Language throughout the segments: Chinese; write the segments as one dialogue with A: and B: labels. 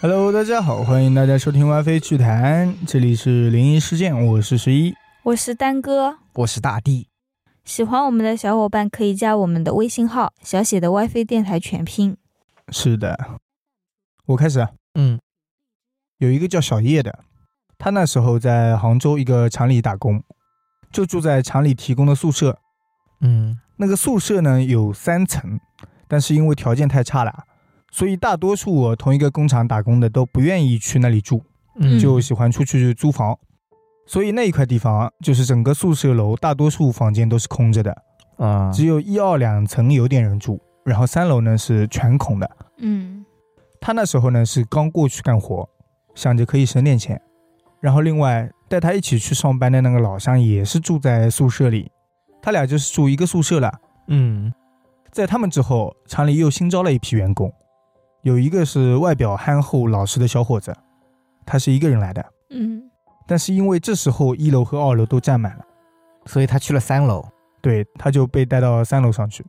A: Hello，大家好，欢迎大家收听 WiFi 趣谈，这里是灵异事件，我是十一，
B: 我是丹哥。
C: 我是大地。
B: 喜欢我们的小伙伴可以加我们的微信号，小写的 WiFi 电台全拼。
A: 是的，我开始啊，
C: 嗯
A: 有一个叫小叶的，他那时候在杭州一个厂里打工，就住在厂里提供的宿舍。
C: 嗯
A: 那个宿舍呢有三层，但是因为条件太差了，所以大多数我同一个工厂打工的都不愿意去那里住，
C: 嗯
A: 就喜欢出去租房。所以那一块地方啊就是整个宿舍楼，大多数房间都是空着的，
C: 啊
A: 只有一二两层有点人住，然后三楼呢是全空的。
B: 嗯
A: 他那时候呢是刚过去干活，想着可以省点钱，然后另外带他一起去上班的那个老乡也是住在宿舍里，他俩就是住一个宿舍了。
C: 嗯
A: 在他们之后，厂里又新招了一批员工，有一个是外表憨厚老实的小伙子，他是一个人来的，
B: 嗯
A: 但是因为这时候一楼和二楼都占满了，
C: 所以他去了三楼。
A: 对，他就被带到三楼上去，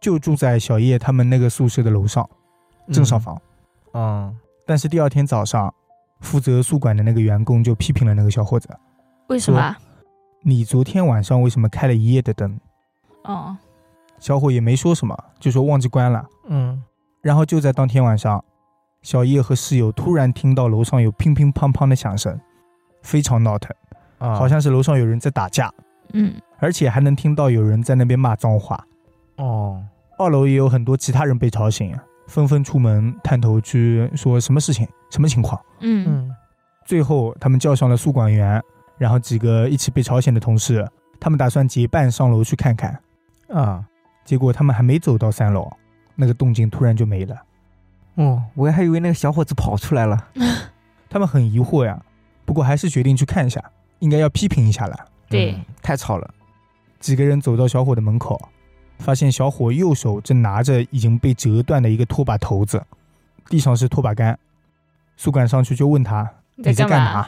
A: 就住在小叶他们那个宿舍的楼上正上方。
C: 嗯
A: 但是第二天早上，负责宿管的那个员工就批评了那个小伙子
B: 为什么？：“
A: 你昨天晚上为什么开了一夜的灯
B: 哦，？”
A: 小伙也没说什么，就说忘记关了。
C: 嗯
A: 然后就在当天晚上，小叶和室友突然听到楼上有乒乒乓乓的响声，非常闹腾，
C: 啊，
A: 好像是楼上有人在打架，
B: 嗯
A: 而且还能听到有人在那边骂脏话。
C: 哦
A: 二楼也有很多其他人被吵醒，纷纷出门探头去说什么事情、什么情况。
B: 嗯
C: 嗯
A: 最后，他们叫上了宿管员，然后几个一起被吵醒的同事，他们打算结伴上楼去看看。
C: 啊
A: 结果他们还没走到三楼，那个动静突然就没了。
C: 哦，我还以为那个小伙子跑出来了。
B: 嗯
A: 他们很疑惑呀，不过还是决定去看一下，应该要批评一下了。
B: 对
C: 嗯，太吵了。
A: 几个人走到小伙的门口，发现小伙右手正拿着已经被折断的一个拖把头子，地上是拖把杆。宿管上去就问他
B: 你
A: 你在干嘛？？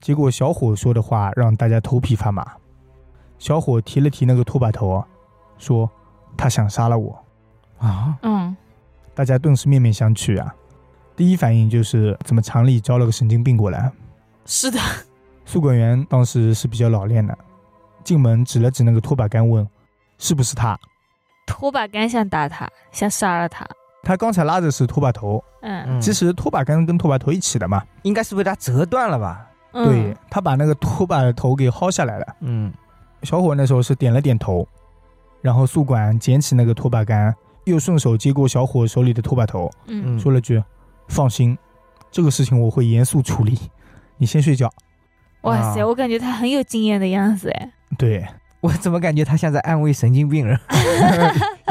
A: 结果小伙说的话让大家头皮发麻。小伙提了提那个拖把头，说他想杀了我。
C: 啊，
B: 嗯
A: 大家顿时面面相觑啊，第一反应就是怎么厂里招了个神经病过来？
B: 是的，
A: 宿管员当时是比较老练的，进门指了指那个拖把杆问：“是不是他？
B: 拖把杆想打他，想杀了他。
A: 他刚才拉着是拖把头，
B: 嗯
C: 嗯
A: 其实拖把杆跟拖把头一起的嘛。
C: 应该是被他折断了吧？
B: 嗯
A: 对，他把那个拖把头给薅下来了。
C: 嗯
A: 小伙那时候是点了点头，然后宿管捡起那个拖把杆，又顺手接过小伙手里的拖把头，
B: 嗯
A: 说了句：“放心，这个事情我会严肃处理，你先睡觉。
B: 哇塞，
C: 啊
B: 我感觉他很有经验的样子哎。”
A: 对，
C: 我怎么感觉他像在安慰神经病人？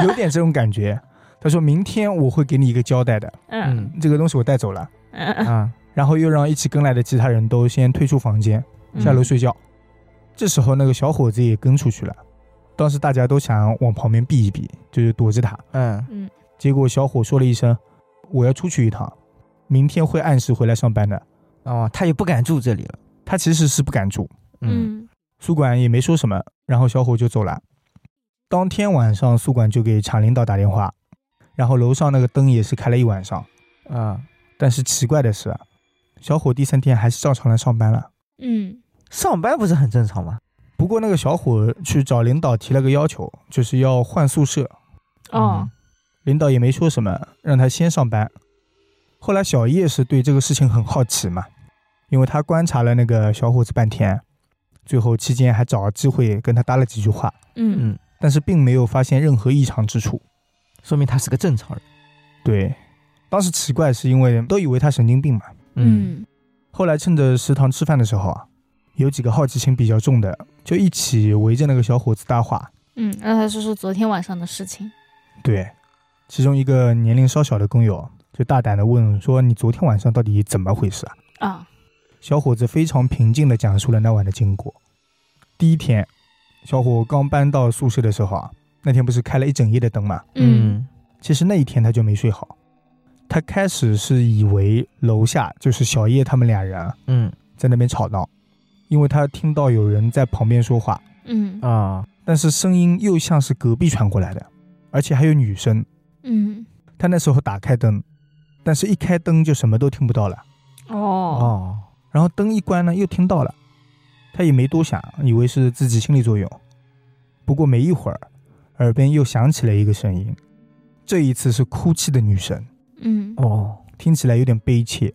A: 有点这种感觉。 他说明天我会给你一个交代的，
B: 嗯
A: 这个东西我带走了。
B: 嗯
C: 啊
A: 然后又让一起跟来的其他人都先退出房间，
B: 嗯，
A: 下楼睡觉。这时候那个小伙子也跟出去了，当时大家都想往旁边避一避，就是躲着他。
C: 嗯
B: 嗯
A: 结果小伙说了一声：“我要出去一趟，明天会按时回来上班的。
C: 哦，他也不敢住这里了。”
A: 他其实是不敢住，
B: 嗯
A: 宿管也没说什么，然后小伙就走了。当天晚上，宿管就给厂领导打电话，然后楼上那个灯也是开了一晚上。
C: 啊，
A: 但是奇怪的是，啊小伙第三天还是照常来上班了。
B: 嗯
C: 上班不是很正常吗？
A: 不过那个小伙去找领导提了个要求，就是要换宿舍，
B: 哦
A: 嗯领导也没说什么，让他先上班。后来小叶是对这个事情很好奇嘛，因为他观察了那个小伙子半天，最后期间还找机会跟他搭了几句话，
B: 嗯
C: 嗯，
A: 但是并没有发现任何异常之处。
C: 说明他是个正常人。
A: 对，当时奇怪是因为都以为他神经病嘛。
B: 嗯
A: 后来趁着食堂吃饭的时候啊，有几个好奇心比较重的就一起围着那个小伙子搭话，
B: 嗯，让他说说昨天晚上的事情。
A: 对，其中一个年龄稍小的工友就大胆的问说：“你昨天晚上到底怎么回事啊
B: 啊，？”
A: 小伙子非常平静的讲述了那晚的经过。第一天，小伙刚搬到宿舍的时候啊，那天不是开了一整夜的灯嘛？
B: 嗯
A: 其实那一天他就没睡好，他开始是以为楼下就是小叶他们俩人啊
C: 嗯
A: 在那边吵闹，因为他听到有人在旁边说话，
B: 嗯
C: 啊
A: 但是声音又像是隔壁传过来的，而且还有女生。
B: 嗯
A: 他那时候打开灯，但是一开灯就什么都听不到了。
B: 哦，
C: 哦，
A: 然后灯一关呢，又听到了，他也没多想，以为是自己心理作用。不过没一会儿，耳边又响起了一个声音，这一次是哭泣的女声，
B: 嗯，
C: 哦，
A: 听起来有点悲切。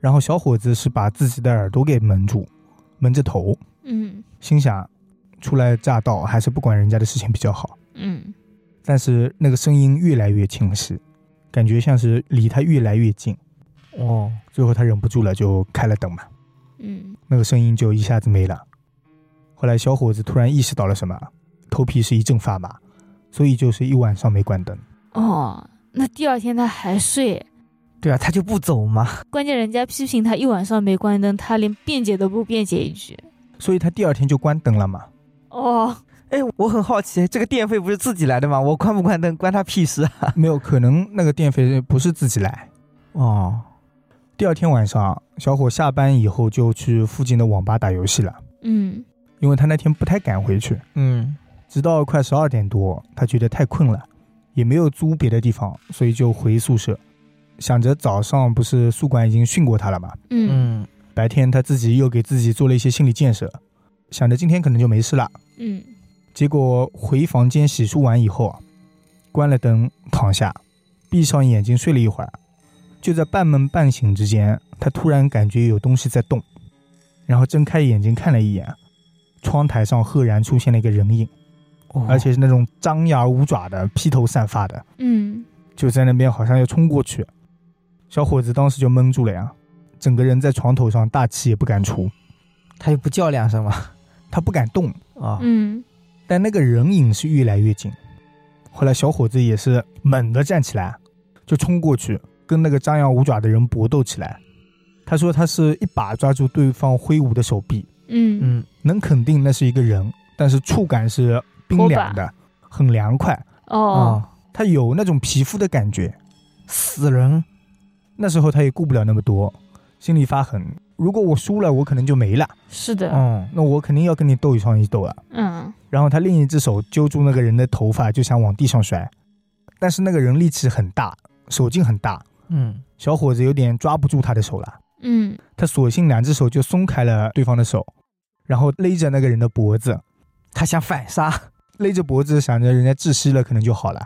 A: 然后小伙子是把自己的耳朵给蒙住，蒙着头，
B: 嗯，
A: 心想初来乍到还是不管人家的事情比较好。
B: 嗯，
A: 但是那个声音越来越清晰，感觉像是离他越来越近。
C: 哦，
A: 最后他忍不住了，就开了灯嘛。
B: 嗯，
A: 那个声音就一下子没了。后来小伙子突然意识到了什么，头皮是一阵发麻，所以就是一晚上没关灯。
B: 哦，那第二天他还睡，
C: 对啊，他就不走嘛。
B: 关键人家批评他一晚上没关灯，他连辩解都不辩解一句。
A: 所以他第二天就关灯了嘛。
B: 哦，
C: 哎，我很好奇，这个电费不是自己来的吗？我关不关灯关他屁事啊！
A: 没有，可能那个电费不是自己来。
C: 哦，
A: 第二天晚上，小伙下班以后就去附近的网吧打游戏了，
B: 嗯，
A: 因为他那天不太敢回去。
C: 嗯，
A: 直到快十二点多，他觉得太困了，也没有租别的地方，所以就回宿舍，想着早上不是宿管已经训过他了吗？
B: 嗯，
C: 嗯，
A: 白天他自己又给自己做了一些心理建设，想着今天可能就没事了。
B: 嗯，
A: 结果回房间洗漱完以后啊，关了灯，躺下，闭上眼睛睡了一会儿。就在半梦半醒之间，他突然感觉有东西在动，然后睁开眼睛看了一眼，窗台上赫然出现了一个人影，
C: 哦
A: 而且是那种张牙舞爪的、披头散发的，
B: 嗯，
A: 就在那边好像要冲过去。小伙子当时就懵住了呀，整个人在床头上大气也不敢出，
C: 他又不叫两声嘛。
A: 他不敢动，
C: 啊、
B: 嗯，
A: 但那个人影是越来越近。后来小伙子也是猛地站起来，就冲过去跟那个张牙舞爪的人搏斗起来。他说他是一把抓住对方挥舞的手臂，
B: 嗯，
C: 嗯，
A: 能肯定那是一个人，但是触感是冰凉的，很凉快，啊
B: 哦，
C: 哦，
A: 他有那种皮肤的感觉。
C: 死人，
A: 那时候他也顾不了那么多，心里发狠，如果我输了，我可能就没了，
B: 是的，
C: 嗯，
A: 那我肯定要跟你斗一上一斗了。
B: 嗯，
A: 然后他另一只手揪住那个人的头发，就想往地上摔，但是那个人力气很大，手劲很大，
C: 嗯，
A: 小伙子有点抓不住他的手了。
B: 嗯，
A: 他索性两只手就松开了对方的手，然后勒着那个人的脖子，
C: 他想反杀，
A: 勒着脖子想着人家窒息了可能就好了。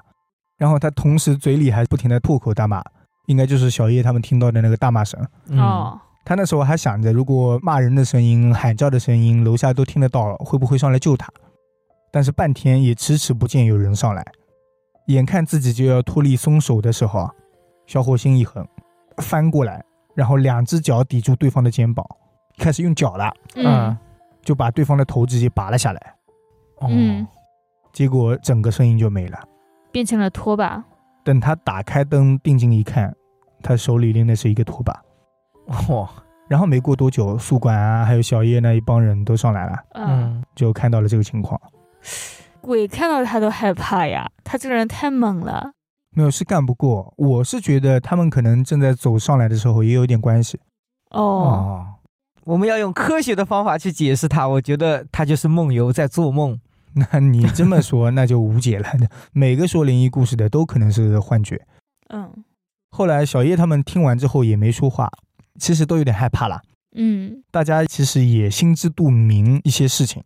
A: 然后他同时嘴里还不停的破口大骂，应该就是小叶他们听到的那个大骂声。
C: 嗯、，
B: 哦，
A: 他那时候还想着，如果骂人的声音、喊叫的声音，楼下都听得到，会不会上来救他？但是半天也迟迟不见有人上来，眼看自己就要脱离松手的时候啊，小伙心一横，翻过来，然后两只脚抵住对方的肩膀，开始用脚了，
B: 嗯，
A: 就把对方的头直接拔了下来。
C: 哦，
B: 嗯
A: 结果整个声音就没了。
B: 变成了拖把。
A: 等他打开灯，定睛一看，他手里拎的是一个拖把。
C: 哦，
A: 然后没过多久，宿管啊，还有小叶那一帮人都上来了，
B: 嗯，
C: 嗯，
A: 就看到了这个情况。
B: 鬼看到他都害怕呀，他这个人太猛了。
A: 没有是干不过，我是觉得他们可能正在走上来的时候也有点关系。啊
B: 哦，
C: 哦，我们要用科学的方法去解释他，我觉得他就是梦游在做梦。
A: 那你这么说，那就无解了。 每个说灵异故事的都可能是幻觉。
B: 嗯
A: 后来小叶他们听完之后也没说话，其实都有点害怕了。
B: 嗯
A: 大家其实也心知肚明一些事情，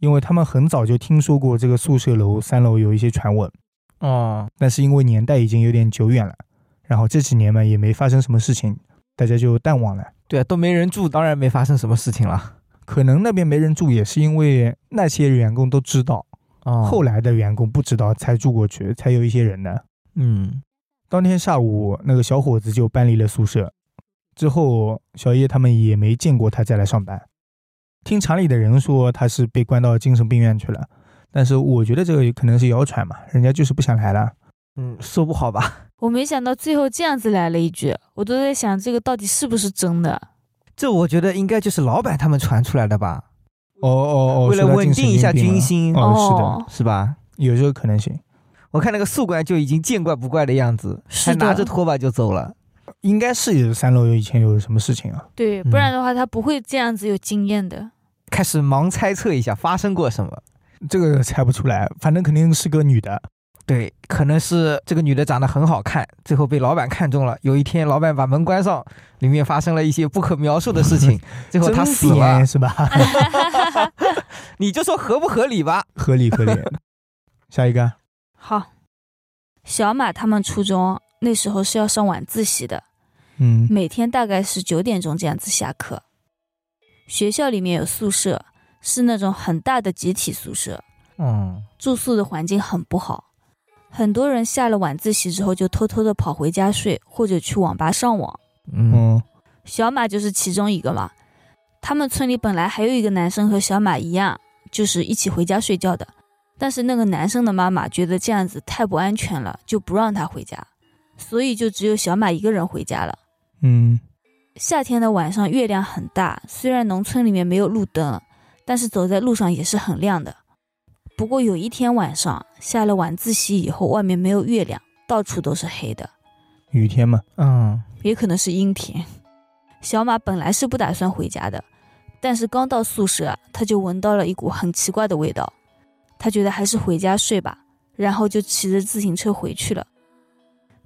A: 因为他们很早就听说过这个宿舍楼三楼有一些传闻，
C: 哦，
A: 但是因为年代已经有点久远了，然后这几年嘛也没发生什么事情，大家就淡忘了。
C: 对啊，都没人住，当然没发生什么事情了。
A: 可能那边没人住，也是因为那些员工都知道，
C: 哦，
A: 后来的员工不知道才住过去，才有一些人呢。
C: 嗯，
A: 当天下午，那个小伙子就搬离了宿舍，之后小叶他们也没见过他再来上班。听厂里的人说他是被关到精神病院去了，但是我觉得这个可能是谣传嘛，人家就是不想来了。
C: 嗯，说不好吧？
B: 我没想到最后这样子来了一句，我都在想这个到底是不是真的。
C: 这我觉得应该就是老板他们传出来的吧，
A: 哦哦哦，
C: 为了
A: 说他
C: 稳
A: 精神
C: 定一下
A: 病了
C: 军心，
A: 哦，是的，
B: 哦
C: 是吧？
A: 有这个可能性，
C: 我看那个宿管就已经见怪不怪的样子，
B: 是
C: 还
B: 的
C: 拿着拖把就走了。
A: 应该是三楼有以前有什么事情啊？
B: 对，
C: 嗯
B: 不然的话他不会这样子有经验 的。
C: 开始盲猜测一下发生过什么。
A: 这个猜不出来，反正肯定是个女的。
C: 对，可能是这个女的长得很好看，最后被老板看中了。有一天，老板把门关上，里面发生了一些不可描述的事 情，最后她死
A: 真
C: 了
A: 甜。是吧？
C: 你就说合不合理吧？
A: 合理 合理。下一个，
B: 好，小马他们初中那时候是要上晚自习的，
A: 嗯，
B: 每天大概是九点钟这样子下课。学校里面有宿舍，是那种很大的集体宿舍，
C: 嗯，
B: 住宿的环境很不好，很多人下了晚自习之后就偷偷的跑回家睡，或者去网吧上网。
C: 嗯
A: 嗯
B: 小马就是其中一个嘛。他们村里本来还有一个男生和小马一样，就是一起回家睡觉的，但是那个男生的妈妈觉得这样子太不安全了，就不让他回家，所以就只有小马一个人回家了。
A: 嗯
B: 夏天的晚上月亮很大，虽然农村里面没有路灯，但是走在路上也是很亮的。不过有一天晚上下了晚自习以后，外面没有月亮，到处都是黑的，
A: 雨天嘛，
C: 嗯，
B: 也可能是阴天。小马本来是不打算回家的，但是刚到宿舍啊，他就闻到了一股很奇怪的味道，他觉得还是回家睡吧，然后就骑着自行车回去了。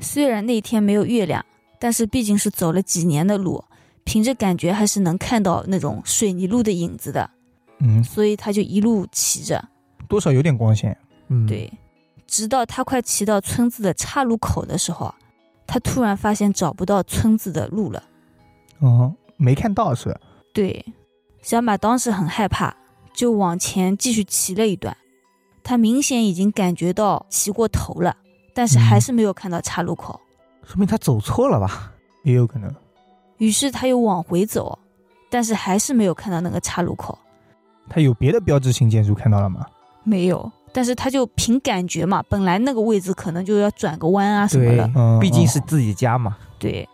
B: 虽然那天没有月亮，但是毕竟是走了几年的路，凭着感觉还是能看到那种水泥路的影子的，
A: 嗯，
B: 所以他就一路骑着，
A: 多少有点光线，
C: 嗯，
B: 对，直到他快骑到村子的岔路口的时候啊，他突然发现找不到村子的路了。
A: 哦，没看到是吧，
B: 对，小马当时很害怕，就往前继续骑了一段。他明显已经感觉到骑过头了，但是还是没有看到岔路口。
C: 说明他走错了吧？
A: 也有可能，
B: 于是他又往回走，但是还是没有看到那个岔路口。
A: 它有别的标志性建筑看到了吗？
B: 没有，但是他就凭感觉嘛，本来那个位置可能就要转个弯啊什么的。
A: 嗯，
C: 毕竟是自己家嘛。
B: 对，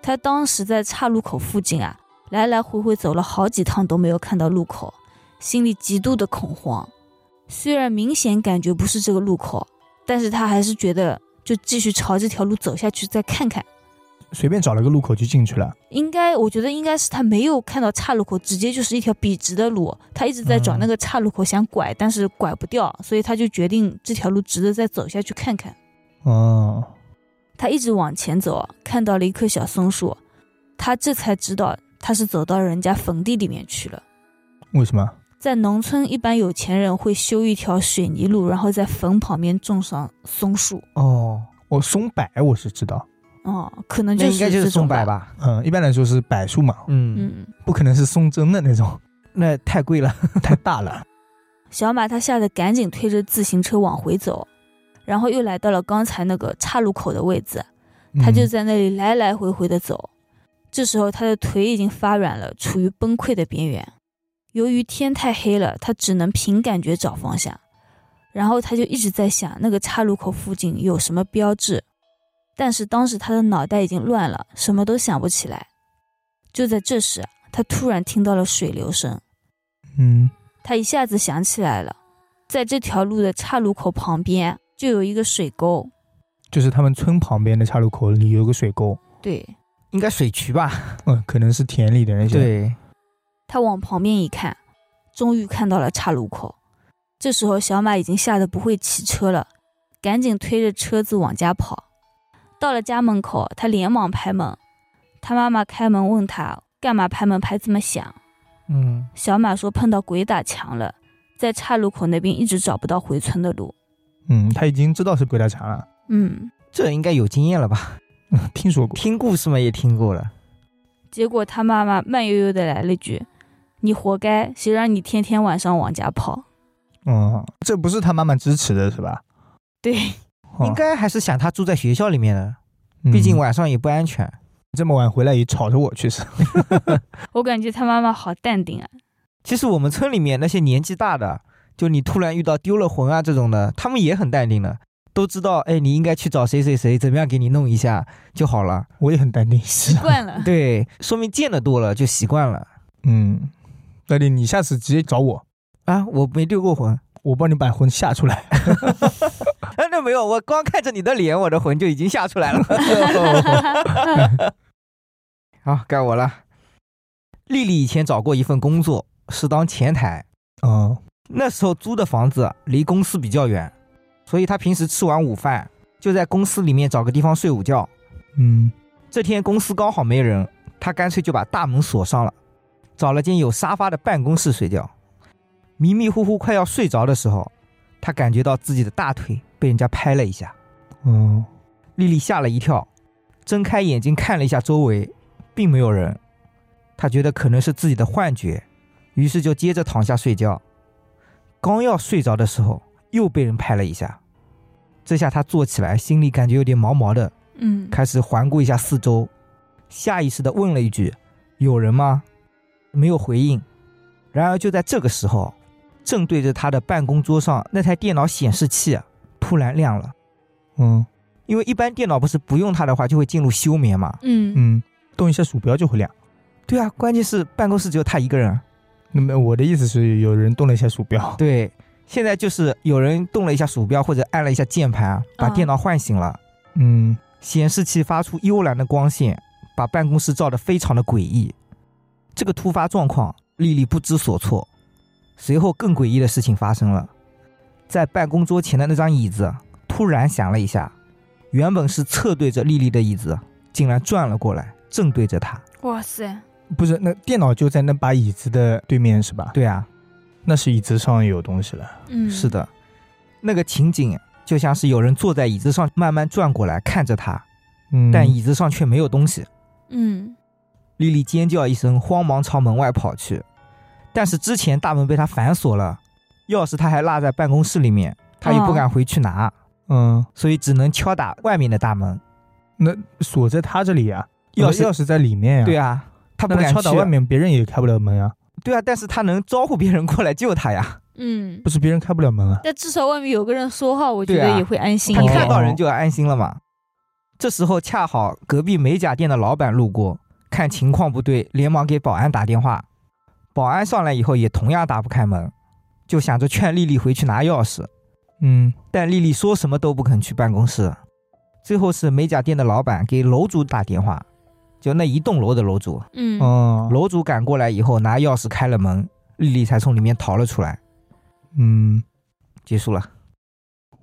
B: 他当时在岔路口附近啊，来来回回走了好几趟都没有看到路口，心里极度的恐慌。虽然明显感觉不是这个路口，但是他还是觉得就继续朝这条路走下去，再看看。
A: 随便找了个路口就进去了，
B: 应该，我觉得应该是他没有看到岔路口，直接就是一条笔直的路。他一直在找那个岔路口想拐，但是拐不掉，所以他就决定这条路直着再走下去看看。
A: 哦，
B: 他一直往前走，看到了一棵小松树，他这才知道他是走到人家坟地里面去了。
A: 为什么？
B: 在农村，一般有钱人会修一条水泥路，然后在坟旁边种上松树。
A: 哦，我松柏我是知道，
B: 哦，可能
C: 那
B: 就
C: 应该就是
B: 这种
C: 松柏。吧？
A: 嗯，一般来说是柏树嘛，
C: 嗯，
B: 嗯，
A: 不可能是松针的那种，
C: 那太贵了。
A: 太大了，
B: 小马他吓得赶紧推着自行车往回走，然后又来到了刚才那个岔路口的位置，他就
A: 嗯
B: 在那里来来回回的走。这时候他的腿已经发软了，处于崩溃的边缘。由于天太黑了，他只能凭感觉找方向。然后他就一直在想那个岔路口附近有什么标志，但是当时他的脑袋已经乱了，什么都想不起来。就在这时，他突然听到了水流声，
A: 嗯
B: 他一下子想起来了，在这条路的岔路口旁边就有一个水沟。
A: 就是他们村旁边的岔路口里有个水沟，
B: 对，
C: 应该水渠吧？
A: 嗯，可能是田里的那些。，
C: 对，
B: 他往旁边一看，终于看到了岔路口。这时候，小马已经吓得不会骑车了，赶紧推着车子往家跑。到了家门口，他连忙拍门。他妈妈开门问他干嘛拍门拍这么响。
C: 嗯，
B: 小马说碰到鬼打墙了，在岔路口那边一直找不到回村的路。
A: 嗯，他已经知道是鬼打墙了，
B: 嗯，
C: 这应该有经验了吧？
A: 嗯 听说过。
C: 听故事嘛，也听过了。
B: 结果他妈妈慢悠悠的来了句：“你活该，谁让你天天晚上往家跑
A: 嗯，这不是他妈妈支持的是吧？？”
B: 对，
A: 哦
C: 应该还是想他住在学校里面的，
A: 嗯
C: 毕竟晚上也不安全。
A: 这么晚回来也吵着我 去是。
B: 我感觉他妈妈好淡定啊。
C: 其实我们村里面那些年纪大的，就你突然遇到丢了魂啊这种的，他们也很淡定的，都知道，哎，你应该去找谁谁谁，怎么样给你弄一下就好了。
A: 我也很淡定。
B: 习惯了。
C: 对，说明见得多了就习惯了
A: 嗯，那你你下次直接找我，
C: 啊。我没丢过魂，
A: 我帮你把魂吓出来。
C: 哎，那没有，我光看着你的脸，我的魂就已经吓出 来了。 好，该我了。丽丽以前找过一份工作，是当前台，
A: 嗯
C: 那时候租的房子离公司比较远，所以他平时吃完午饭就在公司里面找个地方睡午觉。
A: 嗯
C: 这天公司刚好没人，他干脆就把大门锁上了，找了间有沙发的办公室睡觉。迷迷糊糊快要睡着的时候，他感觉到自己的大腿被人家拍了一下，
A: 哦，
C: 丽丽吓了一跳，睁开眼睛看了一下周围，并没有人，她觉得可能是自己的幻觉，于是就接着躺下睡觉。刚要睡着的时候，又被人拍了一下，这下她坐起来，心里感觉有点毛毛的，
B: 嗯，
C: 开始环顾一下四周，下意识地问了一句：“有人吗？”没有回应。然而就在这个时候，正对着他的办公桌上那台电脑显示器啊突然亮了，
A: 嗯
C: 因为一般电脑不是不用它的话就会进入休眠嘛。
B: 嗯，
A: 嗯，动一下鼠标就会亮。
C: 对啊，关键是办公室只有他一个人。啊
A: 那么我的意思是，有人动了一下鼠标。
C: 对，现在就是有人动了一下鼠标或者按了一下键盘，把
B: 啊
C: 电脑唤醒了。
A: 嗯
C: 显示器发出幽蓝的光线，把办公室照得非常的诡异。这个突发状况，丽丽不知所措。随后更诡异的事情发生了，在办公桌前的那张椅子突然响了一下，原本是侧对着丽丽的椅子，竟然转了过来，正对着她。
B: 哇塞，
A: 不是，那电脑就在那把椅子的对面是吧？，
C: 对啊，
A: 那是椅子上有东西了。
B: 嗯，
C: 是，的，那个情景就像是有人坐在椅子上慢慢转过来看着她，
A: 嗯，
C: 但椅子上却没有东西。
B: 嗯
C: 莉莉尖叫一声，慌忙朝门外跑去。但是之前大门被她反锁了，钥匙她还落在办公室里面，她也不敢回去拿，
A: 嗯，
C: 哦所以只能敲打外面的大门。
A: 那锁在他这里啊，钥
C: 钥匙
A: 匙钥匙在里面呀、
C: 对啊，她
A: 那
C: 不
A: 他
C: 敢
A: 敲
C: 去
A: 打。外面，别人也开不了门啊，
C: 对啊，但是她能招呼别人过来救她呀。
B: 嗯
A: 不，是别人开不了门啊。
B: 但至少外面有个人说话，我觉
C: 对啊
B: 得也会安心
C: 她
B: 一
A: 哦
C: 看
B: 点。
C: 到人就要安心了嘛。这时候恰好隔壁美甲店的老板路过，看情况不对，连忙给保安打电话。保安上来以后也同样打不开门，就想着劝莉莉回去拿钥匙。
A: 嗯
C: 但丽丽说什么都不肯去办公室。最后是美甲店的老板给楼主打电话，就那一栋楼的楼主。
B: 嗯，
A: 哦，
C: 楼主赶过来以后，拿钥匙开了门，丽丽才从里面逃了出来。
A: 嗯，
C: 结束了。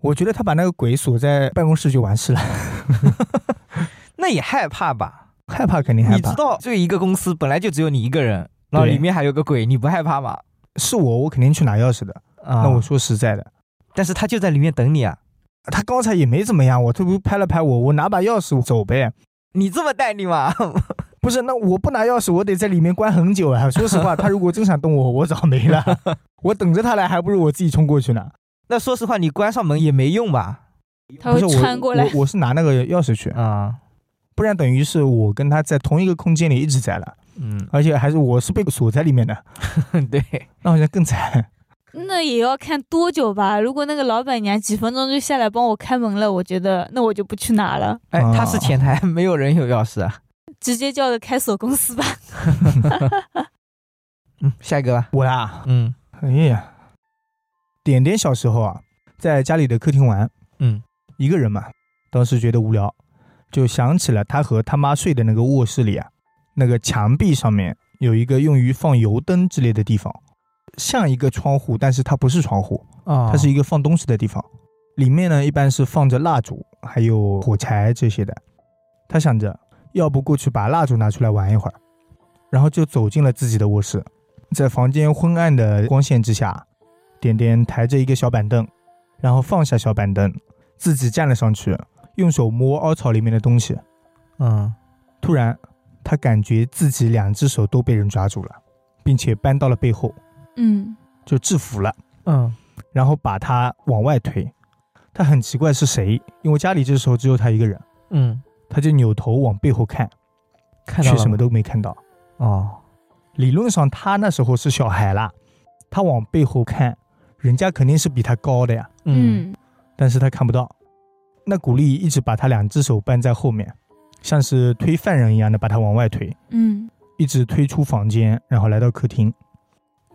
A: 我觉得他把那个鬼锁在办公室就完事了，
C: 那也害怕吧？
A: 害怕肯定害
C: 你知
A: 怕。
C: 道，这一个公司本来就只有你一个人，然后
A: 对
C: 里面还有个鬼，你不害怕吗？
A: 是我，我肯定去拿钥匙的。
C: 啊
A: 那我说实在的，
C: 但是他就在里面等你啊！
A: 他刚才也没怎么样，我这不拍了拍我，我拿把钥匙走呗。
C: 你这么淡定吗？
A: 不是，那我不拿钥匙，我得在里面关很久啊。 说实话，他如果真想动我，我早没 了。我等着他来，还不如我自己冲过去呢。
C: 那说实话，你关上门也没用吧？
B: 他
A: 不
B: 会
A: 是我
B: 穿过来。
A: 我，我是拿那个钥匙去，
C: 啊，
A: 不然等于是我跟他在同一个空间里一直在了，
C: 嗯，
A: 而且还是我是被锁在里面的，
C: 对，
A: 那好像更惨。
B: 那也要看多久吧。如果那个老板娘几分钟就下来帮我开门了，我觉得那我就不去拿了，
C: 哎，
A: 啊
C: 他是前台，没有人有钥匙啊。
B: 直接叫个开锁公司吧。
C: 嗯，下一个吧。
A: 我呀，
C: 嗯。
A: 哎呀，点点小时候啊，在家里的客厅玩，
C: 嗯
A: 一个人嘛，当时觉得无聊，就想起了他和他妈睡的那个卧室里啊，那个墙壁上面有一个用于放油灯之类的地方，像一个窗户，但是它不是窗户，
C: 啊
A: 它是一个放东西的地方。里面呢一般是放着蜡烛，还有火柴这些的。他想着，要不过去把蜡烛拿出来玩一会儿，然后就走进了自己的卧室，在房间昏暗的光线之下，点点抬着一个小板凳，然后放下小板凳，自己站了上去，用手摸凹槽里面的东西。
C: 嗯
A: 突然，他感觉自己两只手都被人抓住了，并且扳到了背后，
B: 嗯
A: 就制服了。
C: 嗯
A: 然后把他往外推。他很奇怪是谁，因为家里这时候只有他一个人，
C: 嗯，
A: 他就扭头往背后看，
C: 看
A: 却
C: 到了
A: 什么
C: 吗
A: 都没看到。
C: 哦，
A: 理论上他那时候是小孩啦，他往背后看，人家肯定是比他高的呀，
B: 嗯
A: 但是他看不到。那古丽一直把他两只手扳在后面，像是推犯人一样的把他往外推，
B: 嗯
A: 一直推出房间，然后来到客厅。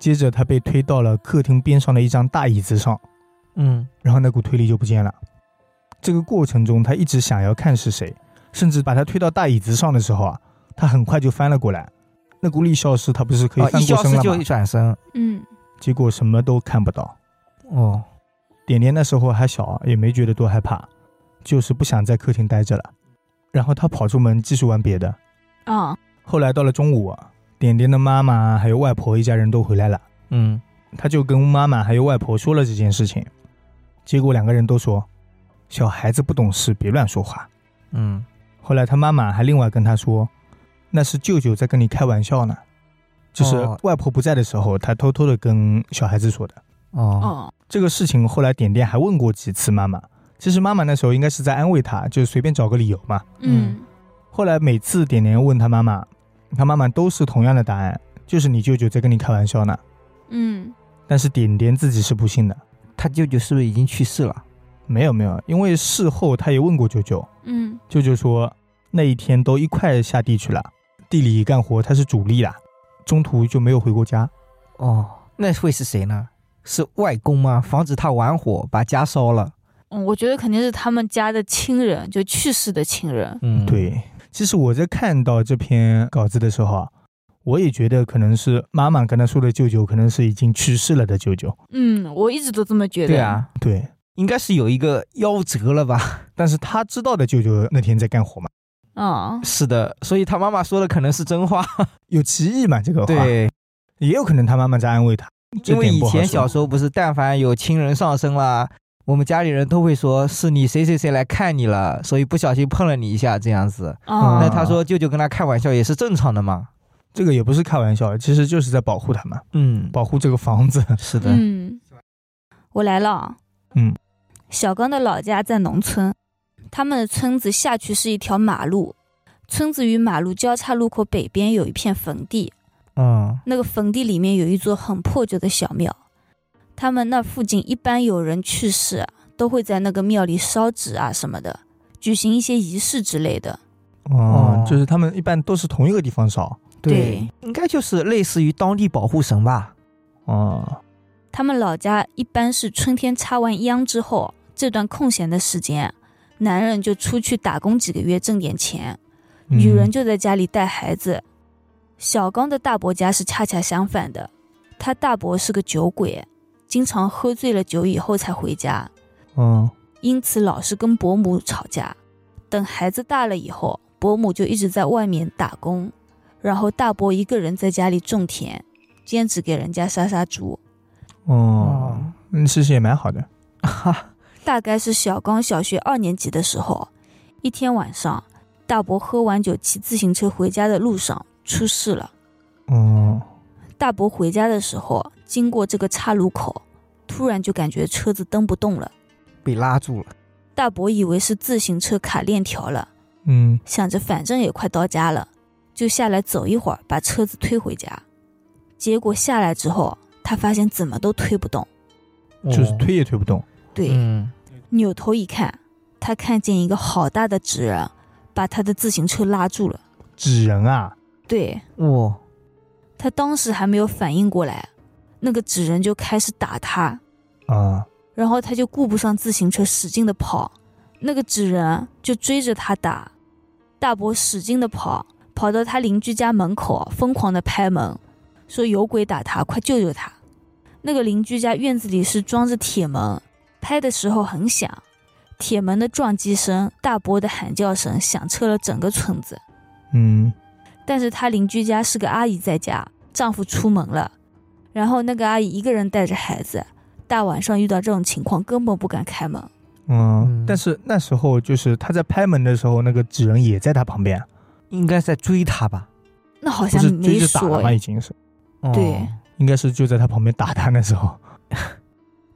A: 接着他被推到了客厅边上的一张大椅子上，
C: 嗯
A: 然后那股推力就不见了。这个过程中，他一直想要看是谁，甚至把他推到大椅子上的时候啊，他很快就翻了过来。那股力消失，他不是可以
C: 哦，一
A: 翻
C: 消
A: 过身
C: 失
A: 了
C: 就
A: 吗？
C: 转身
B: 嗯
A: 结果什么都看不到。
C: 哦，
A: 点点那时候还小，也没觉得多害怕，就是不想在客厅待着了。然后他跑出门继续玩别的。
B: 啊、
A: 后来到了中午，啊点点的妈妈还有外婆一家人都回来了，
C: 嗯，
A: 他就跟妈妈还有外婆说了这件事情。结果两个人都说，小孩子不懂事，别乱说话。
C: 嗯，
A: 后来他妈妈还另外跟他说，那是舅舅在跟你开玩笑呢，就是
C: 哦
A: 外婆不在的时候，他偷偷的跟小孩子说的。
C: 哦，
B: 哦，
A: 这个事情后来点点还问过几次妈妈，其实妈妈那时候应该是在安慰他，就是随便找个理由嘛。
B: 嗯，
A: 后来每次点点问他妈妈，他妈妈都是同样的答案，就是你舅舅在跟你开玩笑呢。
B: 嗯，
A: 但是点点自己是不信的，
C: 他舅舅是不是已经去世了？
A: 没有没有，因为事后他也问过舅舅，
B: 嗯，
A: 舅舅说那一天都一块下地去了，地里干活他是主力啦，中途就没有回过家。
C: 哦，那会是谁呢？是外公吗？防止他玩火把家烧了。
B: 嗯，我觉得肯定是他们家的亲人，就去世的亲人。
C: 嗯，，
A: 对，其实我在看到这篇稿子的时候啊，我也觉得可能是妈妈跟他说的舅舅，可能是已经去世了的舅舅。
B: 嗯，我一直都这么觉得。
C: 对，啊，
A: 对，
C: 应该是有一个夭折了吧？
A: 但是他知道的舅舅那天在干活嘛，
B: 嗯，
C: 是的，所以他妈妈说的可能是真话。
A: 有歧义嘛这个话，
C: 对，
A: 也有可能他妈妈在安慰他。这
C: 因为
A: 点
C: 以
A: 不好
C: 前
A: 说
C: 小时候不是，但凡有亲人上身啦，我们家里人都会说是你谁谁谁来看你了，所以不小心碰了你一下这样子。
B: 哦，
C: 那他说舅舅跟他开玩笑也是正常的嘛。
A: 这个也不是开玩笑，其实就是在保护他嘛，
C: 嗯，
A: 保护这个房 子。
C: 是的，
B: 嗯，我来了。啊
A: 嗯，
B: 小刚的老家在农村，他们的村子下去是一条马路，村子与马路交叉路口北边有一片坟地，
C: 嗯
B: 那个坟地里面有一座很破旧的小庙。他们那附近一般有人去世啊，都会在那个庙里烧纸啊什么的，举行一些仪式之类的。
A: 哦
C: 哦，
A: 就是他们一般都是同一个地方烧。
B: 对，
C: 应该就是类似于当地保护神吧。
A: 哦，
B: 他们老家一般是春天插完秧之后，这段空闲的时间，男人就出去打工几个月挣点钱，
A: 嗯
B: 女人就在家里带孩子。小刚的大伯家是恰恰相反的，他大伯是个酒鬼，经常喝醉了酒以后才回家，
A: 嗯，
B: 因此老是跟伯母吵架。等孩子大了以后，伯母就一直在外面打工，然后大伯一个人在家里种田，兼职给人家杀杀猪。
A: 哦，嗯，其实也蛮好的。
C: 哈，
B: 大概是小刚小学二年级的时候，一天晚上，大伯喝完酒骑自行车回家的路上出事了。
A: 哦，
B: 大伯回家的时候，经过这个岔路口，突然就感觉车子蹬不动了。
C: 被拉住了。
B: 大伯以为是自行车卡链条了，
A: 嗯，
B: 想着反正也快到家了，就下来走一会儿，把车子推回家。结果下来之后，他发现怎么都推不动。哦
A: 就是
C: 哦
A: 推也推不动。
B: 对，
C: 嗯，
B: 扭头一看，他看见一个好大的纸人，把他的自行车拉住了。
A: 纸人啊，
B: 对
C: 哇，
B: 他当时还没有反应过来，那个纸人就开始打他，
A: 啊，
B: 然后他就顾不上自行车，使劲的跑，那个纸人就追着他打。大伯使劲的跑，跑到他邻居家门口，疯狂的拍门，说有鬼打他，快救救他。那个邻居家院子里是装着铁门，拍的时候很响，铁门的撞击声、大伯的喊叫声响彻了整个村子。
A: 嗯，
B: 但是她邻居家是个阿姨在家，丈夫出门了，然后那个阿姨一个人带着孩子，大晚上遇到这种情况根本不敢开门。
A: 嗯
C: 嗯，
A: 但是那时候就是他在拍门的时候，那个纸人也在他旁边，
C: 应该是在追他吧？
B: 那好
A: 不
B: 像
A: 是追
B: 没
A: 着打
B: 说
A: 了吗？
B: 哎
A: 已，经是，
C: 哦
B: 对，
A: 应该是就在他旁边打他那时候。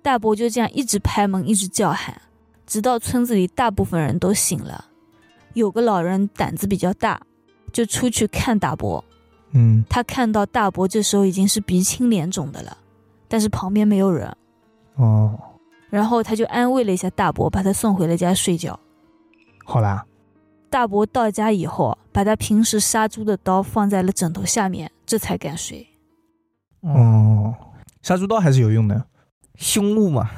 B: 大伯就这样一直拍门，一直叫喊，直到村子里大部分人都醒了。有个老人胆子比较大，就出去看大伯。
A: 嗯，
B: 他看到大伯这时候已经是鼻青脸肿的了，但是旁边没有人，
A: 哦，
B: 然后他就安慰了一下大伯，把他送回了家睡觉。
A: 好啦，
B: 大伯到家以后，把他平时杀猪的刀放在了枕头下面，这才敢睡。
C: 嗯，
A: 哦，杀猪刀还是有用的。
C: 凶物嘛，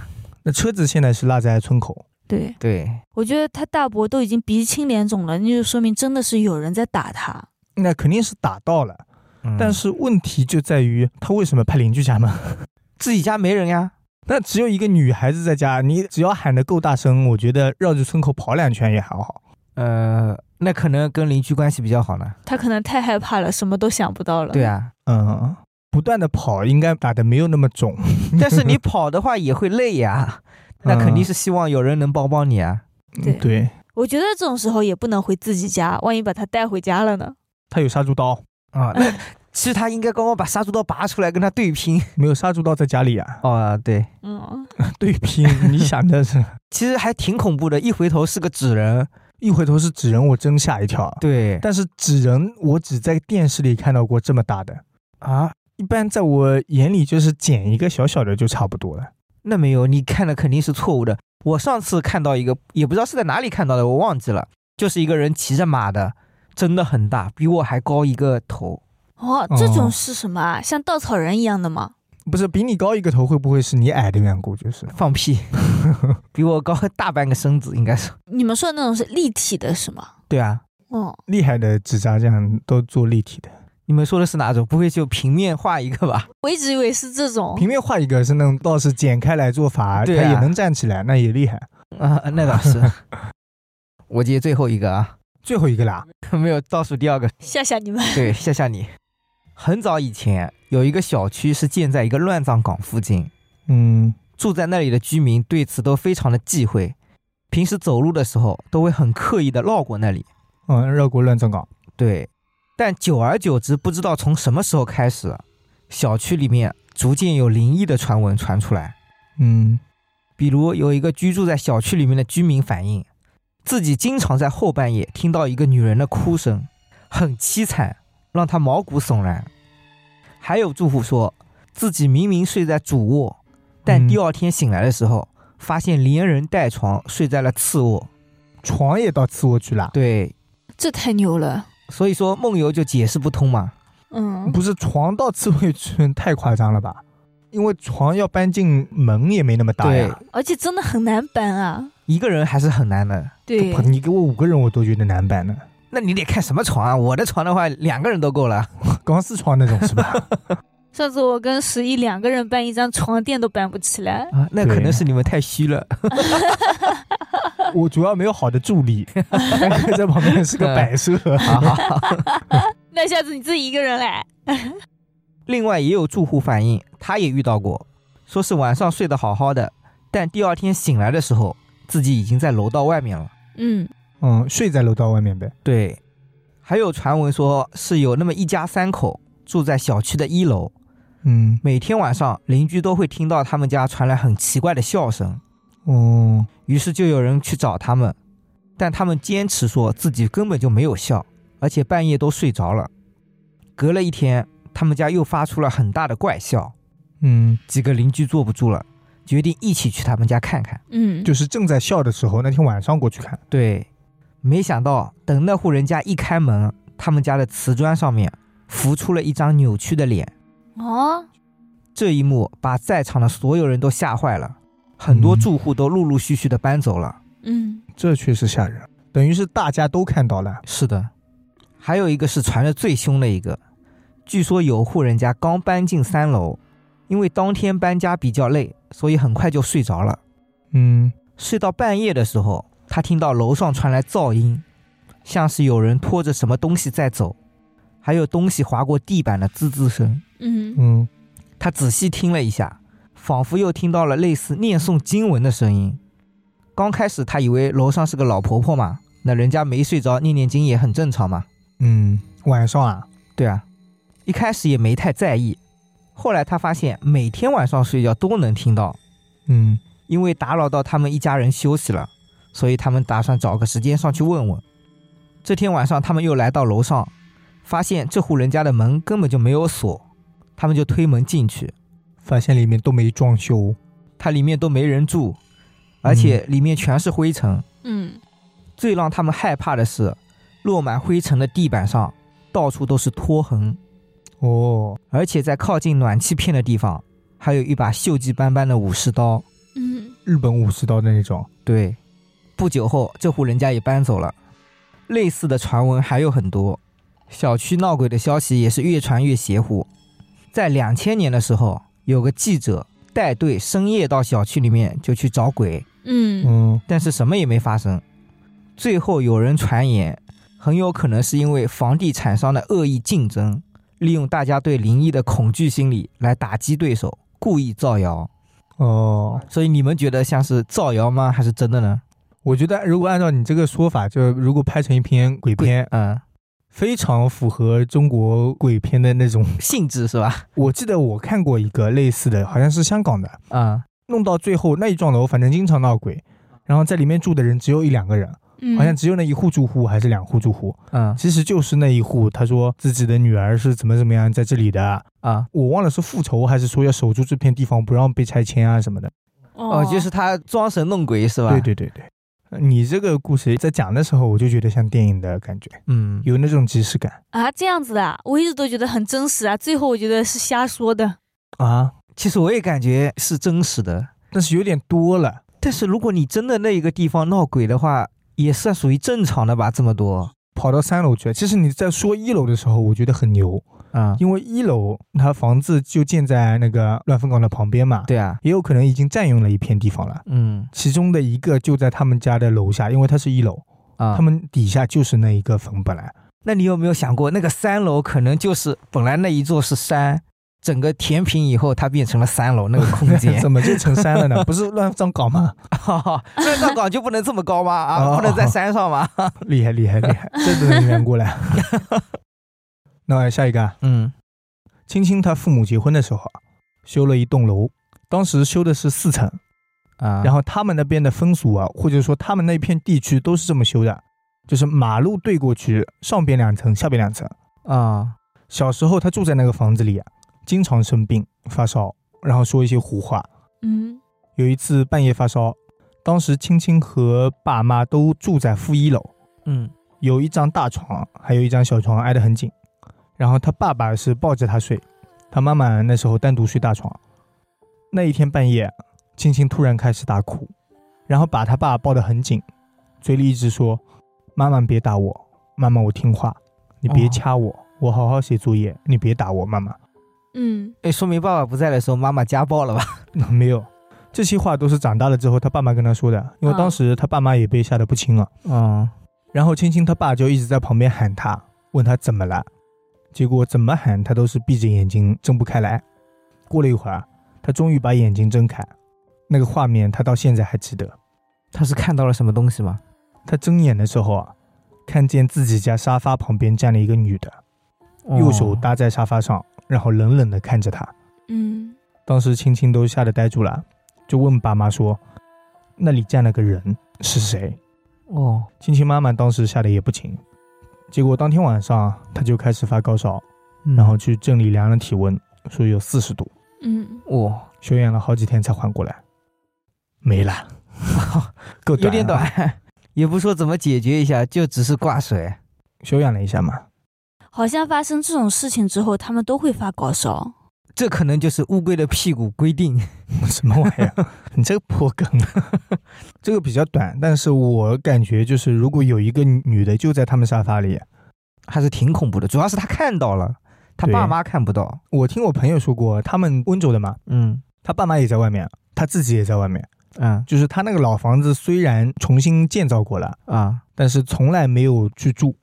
A: 那车子现在是落在村口，
B: 对，
C: 对，
B: 我觉得他大伯都已经鼻青脸肿了，那就说明真的是有人在打他。
A: 那肯定是打到了，
C: 嗯
A: 但是问题就在于他为什么拍邻居家门？
C: 自己家没人呀，
A: 那只有一个女孩子在家，你只要喊得够大声，我觉得绕着村口跑两圈也还好。
C: 呃，那可能跟邻居关系比较好呢。
B: 他可能太害怕了，什么都想不到了。
C: 对啊，
A: 嗯，不断的跑，应该打的没有那么肿。
C: 但是你跑的话也会累 呀、那肯定是希望有人能帮帮你啊。
A: 嗯
B: 对
A: 对，
B: 我觉得这种时候也不能回自己家，万一把他带回家了呢？
A: 他有杀猪刀，
C: 啊，那其实他应该刚刚把杀猪刀拔出来跟他对拼。
A: 没有杀猪刀在家里 啊？
C: 哦，对，
B: 嗯，
A: 对拼，你想的是，
C: 其实还挺恐怖的，一回头是个纸人。
A: 一回头是纸人，我真吓一跳。
C: 对
A: 但是纸人我只在电视里看到过这么大的，
C: 啊，
A: 一般在我眼里就是剪一个小小的就差不多了。
C: 那没有，你看的肯定是错误的。我上次看到一个，也不知道是在哪里看到的，我忘记了，就是一个人骑着马的，真的很大，比我还高一个头。
B: 哦，这
A: 哦
B: 种是什么啊？像稻草人一样的吗？
A: 不是比你高一个头，会不会是你矮的缘故？就是
C: 放屁，比我高大半个身子，应该是。
B: 你们说的那种是立体的，是吗？
C: 对啊，
B: 哦，
A: 厉害的纸扎匠都做立体的，
C: 你们说的是哪种？不会就平面画一个吧？
B: 我一直以为是这种。
A: 平面画一个是那种倒是剪开来做法，他
C: 哦对啊
A: 也能站起来，那也厉害。
C: 啊，那倒是。我接最后一个啊，
A: 最后一个啦，
C: 没有倒数第二个。
B: 吓吓你们！
C: 对，吓吓你。很早以前有一个小区是建在一个乱葬岗附近，
A: 嗯，
C: 住在那里的居民对此都非常的忌讳，平时走路的时候都会很刻意的绕过那里。
A: 嗯，绕过乱葬岗，
C: 对，但久而久之，不知道从什么时候开始，小区里面逐渐有灵异的传闻传出来。
A: 嗯，
C: 比如有一个居住在小区里面的居民反映，自己经常在后半夜听到一个女人的哭声，很凄惨，让他毛骨悚然。还有住户说自己明明睡在主卧，但
A: 嗯
C: 第二天醒来的时候，发现连人带床睡在了次卧。
A: 床也到次卧去了，
C: 对，
B: 这太牛了。
C: 所以说梦游就解释不通嘛。
B: 嗯，
A: 不是床到次卧去，太夸张了吧？因为床要搬进门也没那么大
C: 对
A: 呀，，
B: 而且真的很难搬啊。
C: 一个人还是很难的。
B: 对，
A: 你给我五个人我都觉得难办呢，
C: 那你得看什么床啊？我的床的话，两个人都够了。
A: 钢丝床那种是 吧？
B: 上次我跟十一两个人搬一张床垫都搬不起来。
C: 啊，那
A: 对
C: 可能是你们太虚 了。
A: 我主要没有好的助理，在旁边是个摆设。
C: 好好好。
B: 那下次你自己一个人来。
C: 另外也有住户反映，他也遇到过，说是晚上睡得好好的，但第二天醒来的时候，自己已经在楼道外面了。
B: 嗯，
A: 嗯，睡在楼道外面呗。
C: 对，还有传闻说是有那么一家三口住在小区的一楼，
A: 嗯，
C: 每天晚上邻居都会听到他们家传来很奇怪的笑声，
A: 哦，
C: 于是就有人去找他们，但他们坚持说自己根本就没有笑，而且半夜都睡着了。隔了一天，他们家又发出了很大的怪笑。
A: 嗯，
C: 几个邻居坐不住了，决定一起去他们家看看。
B: 嗯，
A: 就是正在笑的时候，那天晚上过去看，
C: 对，没想到等那户人家一开门，他们家的瓷砖上面浮出了一张扭曲的脸。
B: 哦，
C: 这一幕把在场的所有人都吓坏了，很多
A: 嗯
C: 住户都陆陆续续的搬走了。
B: 嗯，
A: 这确实吓人。等于是大家都看到了，
C: 是的，还有一个是传的最凶的一个，据说有户人家刚搬进三楼，因为当天搬家比较累，所以很快就睡着了。
A: 嗯，
C: 睡到半夜的时候，他听到楼上传来噪音，像是有人拖着什么东西在走，还有东西划过地板的滋滋声。
B: 嗯，
A: 嗯，
C: 他仔细听了一下，仿佛又听到了类似念诵经文的声音。刚开始他以为楼上是个老婆婆嘛，那人家没睡着念念经也很正常嘛。
A: 嗯，晚上啊，
C: 对啊，一开始也没太在意。后来他发现每天晚上睡觉都能听到，
A: 嗯，
C: 因为打扰到他们一家人休息了，所以他们打算找个时间上去问问。这天晚上，他们又来到楼上，发现这户人家的门根本就没有锁，他们就推门进去，
A: 发现里面都没装修，
C: 它里面都没人住，而且里面全是灰尘。
B: 嗯，
C: 最让他们害怕的是，落满灰尘的地板上到处都是拖痕，
A: 哦，
C: 而且在靠近暖气片的地方，还有一把锈迹斑斑的武士刀。
B: 嗯，
A: 日本武士刀的那种，
C: 对，不久后这户人家也搬走了。类似的传闻还有很多，小区闹鬼的消息也是越传越邪乎。在两千年的时候，有个记者带队深夜到小区里面就去找鬼，
B: 嗯，
A: 嗯，
C: 但是什么也没发生。最后有人传言，很有可能是因为房地产商的恶意竞争，利用大家对灵异的恐惧心理来打击对手，故意造谣。
A: 哦，
C: 所以你们觉得像是造谣吗？还是真的呢？
A: 我觉得如果按照你这个说法，就如果拍成一篇鬼片，
C: 嗯，
A: 非常符合中国鬼片的那种。
C: 性质是吧？
A: 我记得我看过一个类似的，好像是香港的，
C: 嗯，
A: 弄到最后那一幢楼，反正经常闹鬼，然后在里面住的人只有一两个人，
B: 嗯
A: 好像只有那一户住户还是两户住户，
C: 嗯
A: 其实就是那一户，他说自己的女儿是怎么怎么样在这里的，
C: 啊
A: 我忘了是复仇还是说要守住这片地方不让被拆迁啊什么的。
C: 哦，就是他装神弄鬼是吧？
A: 对，对对对，呃你这个故事在讲的时候，我就觉得像电影的感觉，
C: 嗯，
A: 有那种即视感
B: 啊这样子的啊，我一直都觉得很真实啊，最后我觉得是瞎说的。
A: 啊，
C: 其实我也感觉是真实的，
A: 但是有点多了。
C: 但是如果你真的那一个地方闹鬼的话，也算属于正常的吧？这么多，
A: 跑到三楼去了，其实你在说一楼的时候，我觉得很牛，
C: 啊、
A: 因为一楼它房子就建在那个乱坟岗的旁边嘛，，
C: 对啊，
A: 也有可能已经占用了一片地方了。
C: 嗯
A: 其中的一个就在他们家的楼下，因为它是一楼，
C: 啊，
A: 他们底下就是那一个坟本来。
C: 那你有没有想过，那个三楼可能就是本来那一座是山，整个填平以后它变成了三楼那个空 间？
A: 怎么就成山了呢？ 不是乱葬岗吗？
C: 那上岗就不能这么高吗？啊，
A: 哦
C: 不能在山上吗？
A: 厉害厉害厉害， 这都能圆过来。那下一个啊，
C: 嗯
A: 青青她父母结婚的时候啊，修了一栋楼，当时修的是四层，
C: 啊，
A: 然
C: 后
A: 后他们那边的风俗啊，或者说他们那片地区都是这么修的，就是马路对过去，上边两层，下边两层。
C: 啊
A: 小时候她住在那个房子里啊，经常生病发烧，然后说一些胡话。
B: 嗯
A: 有一次半夜发烧，当时青青和爸妈都住在负一楼，
C: 嗯
A: 有一张大床，还有一张小床挨得很紧。然后他爸爸是抱着他睡，他妈妈那时候单独睡大床。那一天半夜，青青突然开始大哭，然后把他爸抱得很紧，嘴里一直说：“妈妈别打我，妈妈我听话，你别
C: 哦
A: 掐我，我好好写作业，你别打我，妈妈。
B: 嗯
C: 哎，说明爸爸不在的时候，妈妈家暴了吧？”
A: 没有，这些话都是长大了之后他爸妈跟他说的，因为
B: 哦
A: 当时他爸妈也被吓得不轻啊。
C: 嗯
A: 然后青青他爸就一直在旁边喊他，问他怎么了，结果怎么喊他都是闭着眼睛睁不开来。过了一会儿，他终于把眼睛睁开，那个画面他到现在还记得。
C: 他是看到了什么东西吗？
A: 他睁眼的时候啊，看见自己家沙发旁边站了一个女的，
C: 哦
A: 右手搭在沙发上，然后冷冷地看着他。
B: 嗯
A: 当时青青都吓得呆住了，就问爸妈说：“那里站了个人是谁？”
C: 哦，
A: 青青妈妈当时吓得也不轻，结果当天晚上她就开始发高烧，
C: 嗯
A: 然后去镇里量了体温，说有四十度，
B: 嗯，
C: 哦，
A: 休养了好几天才缓过来，没 了，够
C: 有点
A: 了啊，
C: 短， 也不说怎么解决一下，就只是挂水。
A: 休养了一下嘛。
B: 好像发生这种事情之后，他们都会发高烧。
C: 这可能就是乌龟的屁股规定。
A: 什么玩意 儿？你这个破梗，啊这个比较短，但是我感觉就是如果有一个女的就在他们沙发里，
C: 还是挺恐怖的，主要是他看到了，他
A: 对
C: 爸妈看不到。
A: 我听我朋友说过，他们温州的嘛，
C: 嗯
A: 他爸妈也在外面，他自己也在外面，
C: 嗯
A: 就是他那个老房子虽然重新建造过了。
C: 啊，
A: 但是从来没有去住，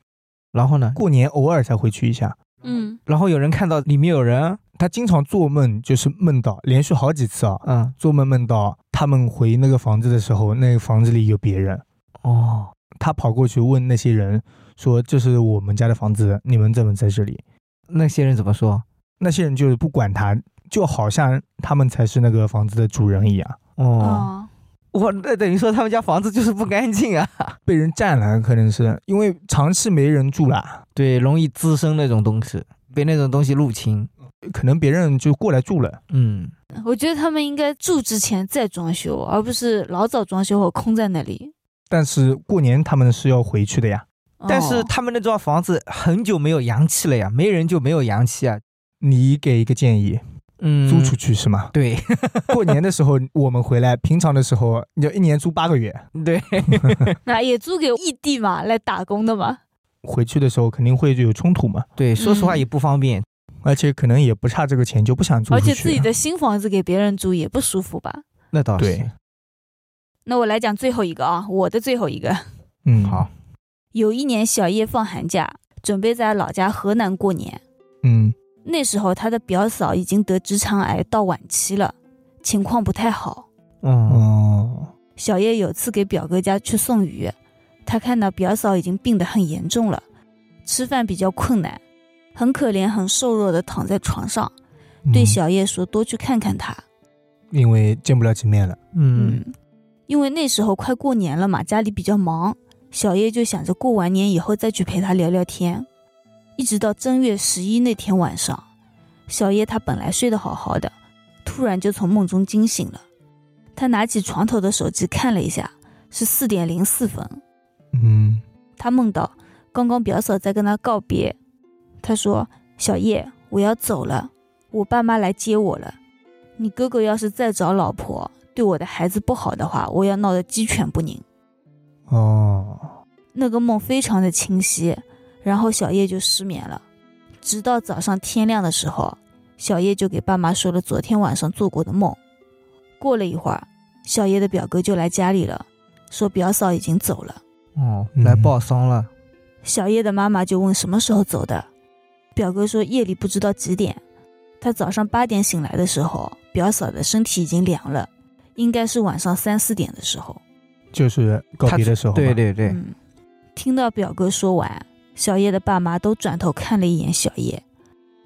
C: 然后呢？
A: 过年偶尔才回去一下。
B: 嗯
C: 然后有人看到里面有人，
A: 他经常做梦，就是梦到连续好几次啊，
C: 嗯
A: 做梦梦到他们回那个房子的时候，那个房子里有别人。
C: 哦，
A: 他跑过去问那些人说：“这是我们家的房子，你们怎么在这里
C: 那些人怎么说？？”
A: 那些人就是不管他，就好像他们才是那个房子的主人一样。
C: 哦，
B: 哦
C: 我那等于说他们家房子就是不干净啊，
A: 被人占了，可能是因为长期没人住了，
C: 对，容易滋生那种东西，被那种东西入侵。
A: 可能别人就过来住了。
C: 嗯，
B: 我觉得他们应该住之前再装修，而不是老早装修后空在那里。
A: 但是过年他们是要回去的呀，
C: 但是
B: 哦
C: 他们那幢房子很久没有阳气了呀，没人就没有阳气啊。
A: 你给一个建议，
C: 嗯，
A: 租出去是吗？
C: 对
A: 过年的时候我们回来，平常的时候你就一年租八个月，
C: 对，
B: 那也租给异地嘛，来打工的嘛。
A: 回去的时候肯定会有冲突嘛。
C: 对，说实话
B: 嗯
C: 也不方便。
A: 而且可能也不差这个钱，就不想租
B: 而
A: 出去。啊
B: 且自己的新房子给别人住也不舒服吧？
C: 那倒是。
A: 对
B: 那我来讲最后一个啊，我的最后一个。
A: 嗯
C: 好，
B: 有一年小叶放寒假，准备在老家河南过年。
A: 嗯
B: 那时候他的表嫂已经得直肠癌到晚期了，情况不太好。
C: 嗯，
A: 哦
B: 小叶有次给表哥家去送鱼，他看到表嫂已经病得很严重了，吃饭比较困难，很可怜、很瘦弱的躺在床上，对
A: 嗯
B: 小叶说多去看看他。
A: 因为见不了几面了，
C: 嗯，
B: 因为那时候快过年了嘛，家里比较忙，小叶就想着过完年以后再去陪他聊聊天。一直到正月十一那天晚上，小叶他本来睡得好好的，突然就从梦中惊醒了。他拿起床头的手机看了一下，是四点零四分。
A: 嗯
B: 他梦到刚刚表嫂在跟他告别，他说：“小叶，我要走了，我爸妈来接我了。你哥哥要是再找老婆，对我的孩子不好的话，我要闹得鸡犬不宁。
A: 哦，”
B: 那个梦非常的清晰，然后小叶就失眠了，直到早上天亮的时候，小叶就给爸妈说了昨天晚上做过的梦。过了一会儿，小叶的表哥就来家里了，说表嫂已经走了。
C: 哦，
A: 嗯
C: 来报丧了。
B: 小叶的妈妈就问什么时候走的，表哥说夜里不知道几点。他早上八点醒来的时候，表嫂的身体已经凉了，应该是晚上三四点的时候。
A: 就是告
C: 他
A: 别的时候嘛，
C: 对对对，
B: 嗯，听到表哥说完，小叶的爸妈都转头看了一眼小叶，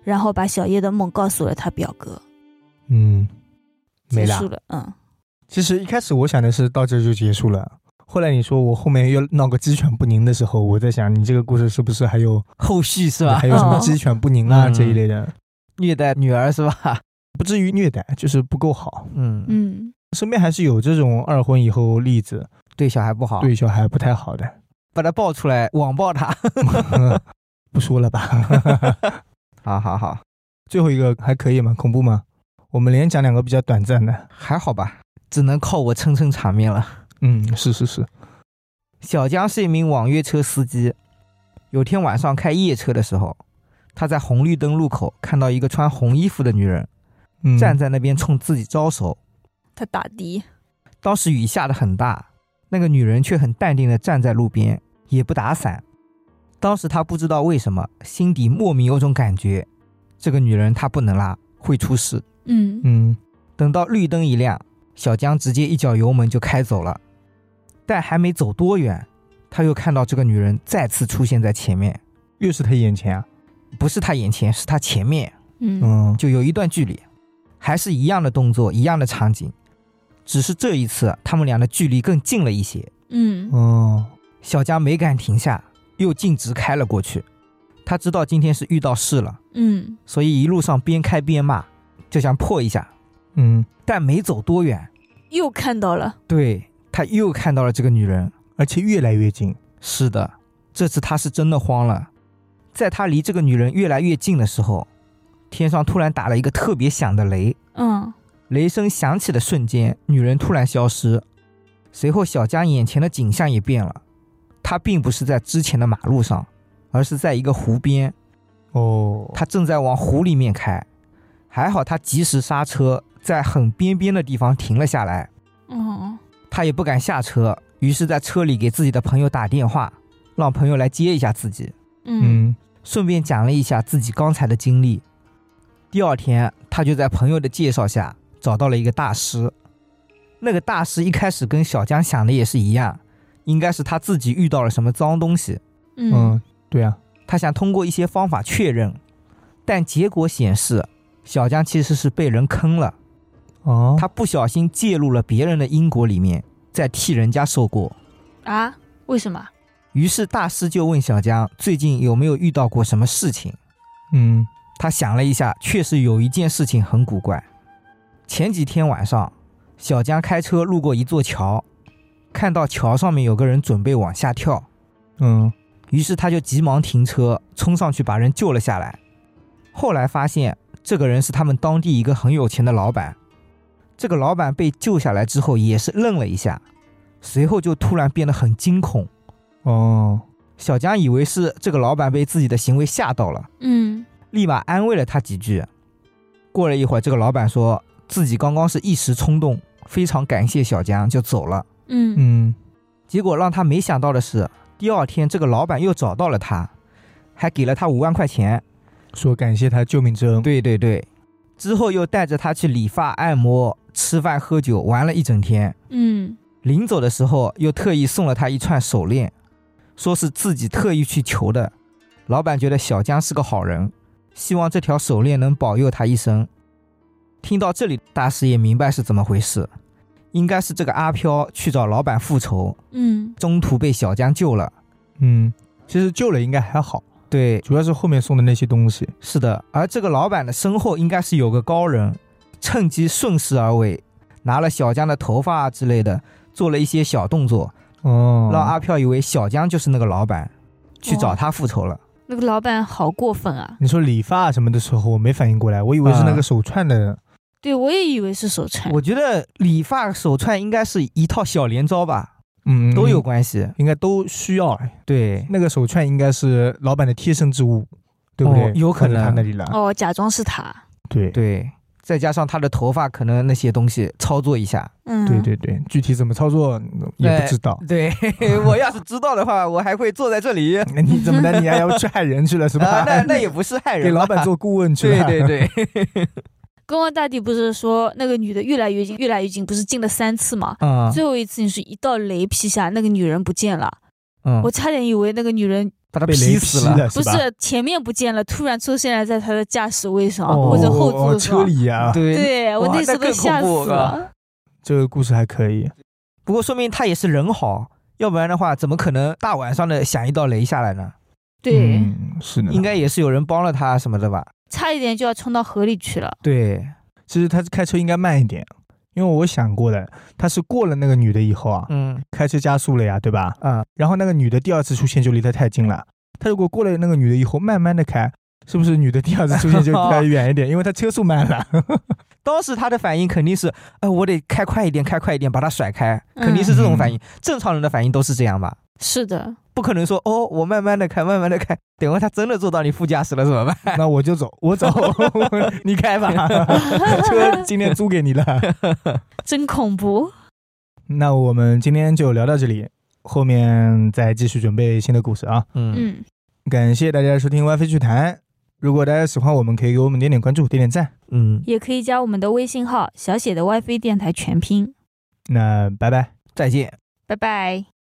B: 然后把小叶的梦告诉了他表哥。
A: 嗯，没
B: 结
A: 啦
B: 束。了，嗯，
A: 其实一开始我想的是到这就结束了，后来你说我后面要闹个鸡犬不宁的时候，我在想你这个故事是不是还有
C: 后续是吧
A: 还？有什么
B: 哦
A: 鸡犬不宁啊、
C: 嗯
A: 这一类的，
C: 虐待女儿是吧？
A: 不至于虐待，就是不够好。
C: 嗯，
B: 嗯，
A: 身边还是有这种二婚以后例子，
C: 对小孩不好，
A: 对小孩不太好的，嗯
C: 把他抱出来，网暴他。
A: 不说了吧。
C: 好好好，
A: 最后一个还可以吗？恐怖吗？我们连讲两个比较短暂的。
C: 还好吧，只能靠我撑撑场面了。
A: 嗯，是是是，
C: 小江是一名网约车司机。有天晚上开夜车的时候，他在红绿灯路口看到一个穿红衣服的女人
A: 嗯，
C: 站在那边冲自己招手。
B: 他打的，
C: 当时雨下得很大，那个女人却很淡定地站在路边，也不打伞。当时他不知道为什么，心底莫名有种感觉，这个女人他不能拉，会出事。
B: 嗯
A: 嗯
C: 等到绿灯一亮，小江直接一脚油门就开走了。但还没走多远，他又看到这个女人再次出现在前面，
A: 又是他眼前啊。
C: 不是他眼前，是他前面，
B: 嗯
A: 嗯
C: 就有一段距离，还是一样的动作，一样的场景，只是这一次他们俩的距离更近了一些。
B: 嗯
A: 哦，
C: 小江没敢停下，又径直开了过去。他知道今天是遇到事了，
B: 嗯，
C: 所以一路上边开边骂，就想破一下。
A: 嗯，
C: 但没走多远，
B: 又看到了，
C: 对他又看到了这个女人，
A: 而且越来越近。
C: 是的，这次他是真的慌了。在他离这个女人越来越近的时候，天上突然打了一个特别响的雷，
B: 嗯
C: 雷声响起的瞬间，女人突然消失。随后，小江眼前的景象也变了，他并不是在之前的马路上，而是在一个湖边，
A: 哦，
C: 他正在往湖里面开。还好他及时刹车，在很边边的地方停了下来。
B: 嗯
C: 他也不敢下车，于是在车里给自己的朋友打电话，让朋友来接一下自己。
B: 嗯
A: 嗯
C: 顺便讲了一下自己刚才的经历。第二天，他就在朋友的介绍下找到了一个大师。那个大师一开始跟小江想的也是一样，应该是他自己遇到了什么脏东西，
B: 嗯，
A: 对啊，
C: 他想通过一些方法确认，但结果显示，小江其实是被人坑了，
A: 哦，
C: 他不小心介入了别人的因果里面，在替人家受过。
B: 啊，为什么？
C: 于是大师就问小江最近有没有遇到过什么事情。
A: 嗯
C: 他想了一下，确实有一件事情很古怪。前几天晚上，小江开车路过一座桥，看到桥上面有个人准备往下跳，
A: 嗯
C: 于是他就急忙停车，冲上去把人救了下来。后来发现，这个人是他们当地一个很有钱的老板。这个老板被救下来之后，也是愣了一下，随后就突然变得很惊恐。
A: 哦，
C: 小江以为是这个老板被自己的行为吓到了，
B: 嗯
C: 立马安慰了他几句。过了一会儿，这个老板说自己刚刚是一时冲动，非常感谢小江，就走了。
B: 嗯
A: 嗯，
C: 结果让他没想到的是，第二天这个老板又找到了他，还给了他五万块钱。
A: 说感谢他救命之恩。
C: 对对对，之后又带着他去理发、按摩、吃饭、喝酒，玩了一整天。
B: 嗯
C: 临走的时候，又特意送了他一串手链，说是自己特意去求的。老板觉得小江是个好人，希望这条手链能保佑他一生。听到这里，大师也明白是怎么回事，应该是这个阿飘去找老板复仇，
B: 嗯
C: 中途被小江救了。
A: 嗯，其实救了应该还好，
C: 对，
A: 主要是后面送的那些东西。
C: 是的，而这个老板的身后应该是有个高人，趁机顺势而为，拿了小江的头发啊之类的，做了一些小动作，
A: 哦
C: 让阿飘以为小江就是那个老板，去找他复仇了。
B: 那个老板好过分啊！
A: 你说理发什么的时候，我没反应过来，我以为
C: 啊
A: 是那个手串的。
B: 对我也以为是手串，
C: 我觉得理发手串应该是一套小连招吧，
A: 嗯，
C: 都有，关系。
A: 应该都需要。哎
C: 对，
A: 那个手串应该是老板的贴身之物，对不对？
C: 哦有可能
A: 放在他那里了。
B: 哦，假装是他。
A: 对
C: 对，再加上他的头发，可能那些东西操作一下。
B: 嗯，
A: 对对对，具体怎么操作嗯也不知道。
C: 对我要是知道的话，我还会坐在这里。啊、
A: 那你怎么的？你还要去害人去了是吧？
C: 那那也不是害 人吧，
A: 给老 板做顾问去
C: 对
A: 了。
C: 对对，
B: 刚刚大帝不是说那个女的越来越近，越来越近，不是进了三次吗？
C: 嗯
B: 最后一次你是一道雷劈下，那个女人不见了，
C: 嗯
B: 我，差点以为那个女人
C: 把他
A: 被雷
C: 劈
A: 劈
C: 死了。
A: 了
B: 不
A: 吧？
B: 是前面不见了，突然出现了在她的驾驶位上、
C: 哦
B: 或者后座
A: 哦车
B: 上。
A: 里呀，
C: 对
B: 对我
C: 哇
B: 那时候
C: 那
B: 都
C: 更
B: 吓死
C: 恐怖
B: 了
C: 了。
A: 这个故事还可以。
C: 不过说明他也是人好，要不然的话，怎么可能大晚上的想一道雷下来呢？
B: 对，
A: 嗯，是的。
C: 应该也是有人帮了他什么的吧？
B: 差一点就要冲到河里去了。
C: 对，
A: 其实他开车应该慢一点，因为我想过的，他是过了那个女的以后啊，
C: 嗯
A: 开车加速了呀，对吧？
C: 啊，
A: 然后那个女的第二次出现就离他太近了，他如果过了那个女的以后慢慢的开，是不是女的第二次出现就离他远一点？因为他车速慢了。
C: 当时他的反应肯定是，呃，我得开快一点，开快一点，把他甩开，肯定是这种反应。正常人的反应都是这样吧？
B: 是的，
C: 不可能说哦，我慢慢的开，慢慢的开，等会他真的坐到你副驾驶了怎么办？
A: 那我就走，我走，你开吧，车今天租给你了。
B: 真恐怖。
A: 那我们今天就聊到这里，后面再继续准备新的故事啊！
C: 嗯，
B: 嗯，
A: 感谢大家收听《歪飞趣谈》，如果大家喜欢我们，可以给我们点点关注，点点赞。
C: 嗯，
B: 也可以加我们的微信号“小写的 WiFi 电台全拼
A: 那拜拜。”。
C: 再见。
B: 拜拜。